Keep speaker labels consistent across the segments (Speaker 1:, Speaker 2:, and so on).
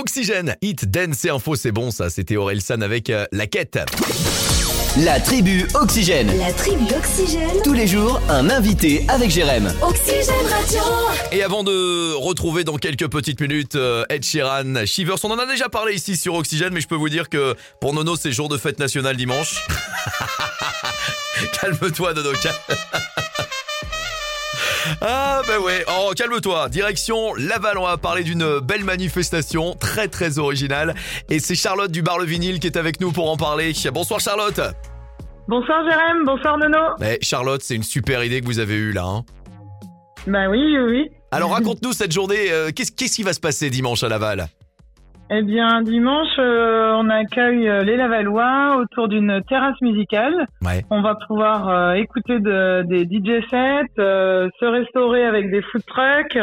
Speaker 1: Oxygène, hit, dance et info, c'est bon ça, c'était Orelsan avec euh, La Quête.
Speaker 2: La tribu Oxygène.
Speaker 3: La tribu Oxygène.
Speaker 2: Tous les jours, un invité avec Jérém.
Speaker 3: Oxygène Radio.
Speaker 1: Et avant de retrouver dans quelques petites minutes euh, Ed Sheeran, Shivers, on en a déjà parlé ici sur Oxygène, mais je peux vous dire que pour Nono, c'est jour de fête nationale dimanche. Calme-toi, Nono, calme- Ah bah ouais, oh calme-toi, direction Laval, on va parler d'une belle manifestation, très très originale, et c'est Charlotte du Bar Le Vinyle qui est avec nous pour en parler. Bonsoir Charlotte
Speaker 4: Bonsoir Jérém, bonsoir Nono.
Speaker 1: Mais Charlotte, c'est une super idée que vous avez eue là. hein.
Speaker 4: Bah oui, oui, oui.
Speaker 1: Alors raconte-nous cette journée, euh, qu'est-ce qu'est-ce qui va se passer dimanche à Laval
Speaker 4: Eh bien, dimanche, euh, on accueille euh, les Lavallois autour d'une terrasse musicale.
Speaker 1: Ouais.
Speaker 4: On va pouvoir euh, écouter de- des DJ sets, euh, se restaurer avec des food trucks,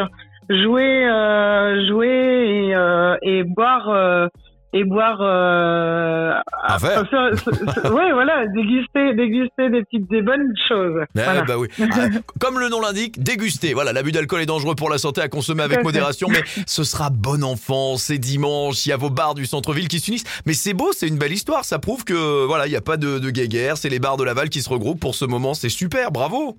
Speaker 4: jouer, euh, jouer et, euh, et boire. euh, et boire euh,
Speaker 1: Un verre.
Speaker 4: se- se- se- ouais voilà déguster déguster des petites des bonnes choses
Speaker 1: Eh
Speaker 4: Voilà.
Speaker 1: bah oui. Ah, comme le nom l'indique, déguster. Voilà, l'abus d'alcool est dangereux pour la santé à consommer
Speaker 4: à
Speaker 1: avec
Speaker 4: fait.
Speaker 1: modération, mais ce sera bon enfant, c'est dimanche, il y a vos bars du centre-ville qui s'unissent. Mais c'est beau, c'est une belle histoire, ça prouve que voilà, il n'y a pas de, de guéguerre, c'est les bars de Laval qui se regroupent pour ce moment, c'est super, bravo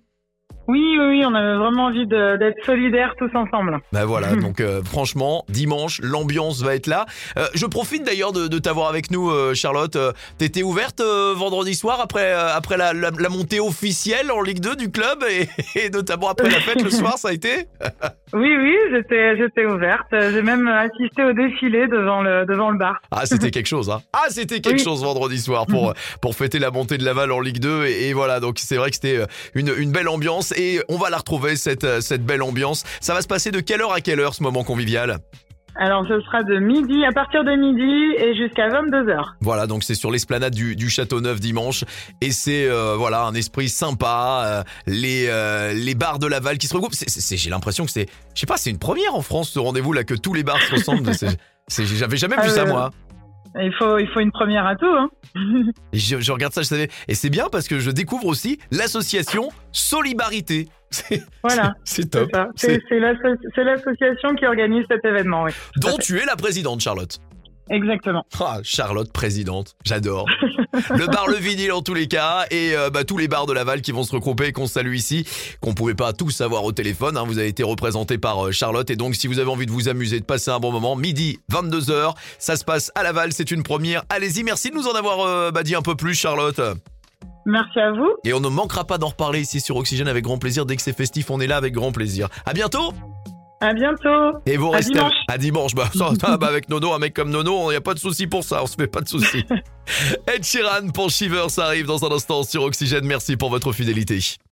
Speaker 4: oui oui oui on avait vraiment envie de- d'être solidaires tous ensemble
Speaker 1: Bah voilà,
Speaker 4: Mhm.
Speaker 1: donc euh, franchement, dimanche, l'ambiance va être là. Euh, je profite d'ailleurs de, de t'avoir avec nous, euh, Charlotte. Euh, T'étais ouverte euh, vendredi soir après, euh, après la, la- la montée officielle en Ligue 2 du club et, et notamment après la fête le soir, ça a été
Speaker 4: Oui, oui, j'étais, j'étais ouverte. J'ai même assisté au défilé devant le, devant le bar.
Speaker 1: Ah, c'était quelque chose, hein. Ah, c'était quelque
Speaker 4: Oui.
Speaker 1: chose vendredi soir pour, euh, pour fêter la montée de Laval en Ligue 2. Et, et voilà, donc c'est vrai que c'était euh, une, une belle ambiance et on va la retrouver, cette, euh, cette belle ambiance. Ça va se passer de quelle heure à quelle heure ce moment convivial
Speaker 4: Alors, ce sera de midi, à partir de midi et jusqu'à 22h.
Speaker 1: Voilà, donc c'est sur l'esplanade du, du Château-Neuf dimanche. Et c'est, euh, voilà, un esprit sympa, euh, les, euh, les bars de Laval qui se regroupent. C'est- c'est- c'est- J'ai l'impression que c'est, je sais pas, c'est une première en France ce rendez-vous là que tous les bars se ressemblent. C'est- c'est- J'avais jamais vu
Speaker 4: Ah,
Speaker 1: ça,
Speaker 4: ouais.
Speaker 1: moi.
Speaker 4: Il faut, il faut une première à tout, hein.
Speaker 1: Et Je, je regarde ça, je savais. Et c'est bien parce que je découvre aussi l'association Solibarité. C'est
Speaker 4: Voilà.
Speaker 1: c'est- c'est
Speaker 4: C'est
Speaker 1: top.
Speaker 4: ça. C'est, c'est l'asso- c'est l'association qui organise cet événement, oui.
Speaker 1: Dont tu es la présidente, Charlotte.
Speaker 4: Exactement.
Speaker 1: Ah, Charlotte, présidente. J'adore. le bar Le Vinyle en tous les cas. Et euh, bah, tous les bars de Laval qui vont se regrouper et qu'on salue ici. Qu'on pouvait pas tous avoir au téléphone. hein. Vous avez été représenté par euh, Charlotte. Et donc, si vous avez envie de vous amuser, de passer un bon moment, midi, 22h, ça se passe à Laval. C'est une première. Allez-y. Merci de nous en avoir euh, bah, dit un peu plus, Charlotte.
Speaker 4: Merci à vous.
Speaker 1: Et on ne manquera pas d'en reparler ici sur Oxygène avec grand plaisir. Dès que c'est festif, on est là avec grand plaisir. À bientôt
Speaker 4: À bientôt.
Speaker 1: Et vous
Speaker 4: À
Speaker 1: restez
Speaker 4: dimanche.
Speaker 1: à dimanche. Bah, ça, ça, bah, avec Nono, un mec comme Nono, il n'y a pas de souci pour ça. On se fait pas de souci. Ed Sheeran pour Shiver, ça arrive dans un instant sur Oxygène. Merci pour votre fidélité.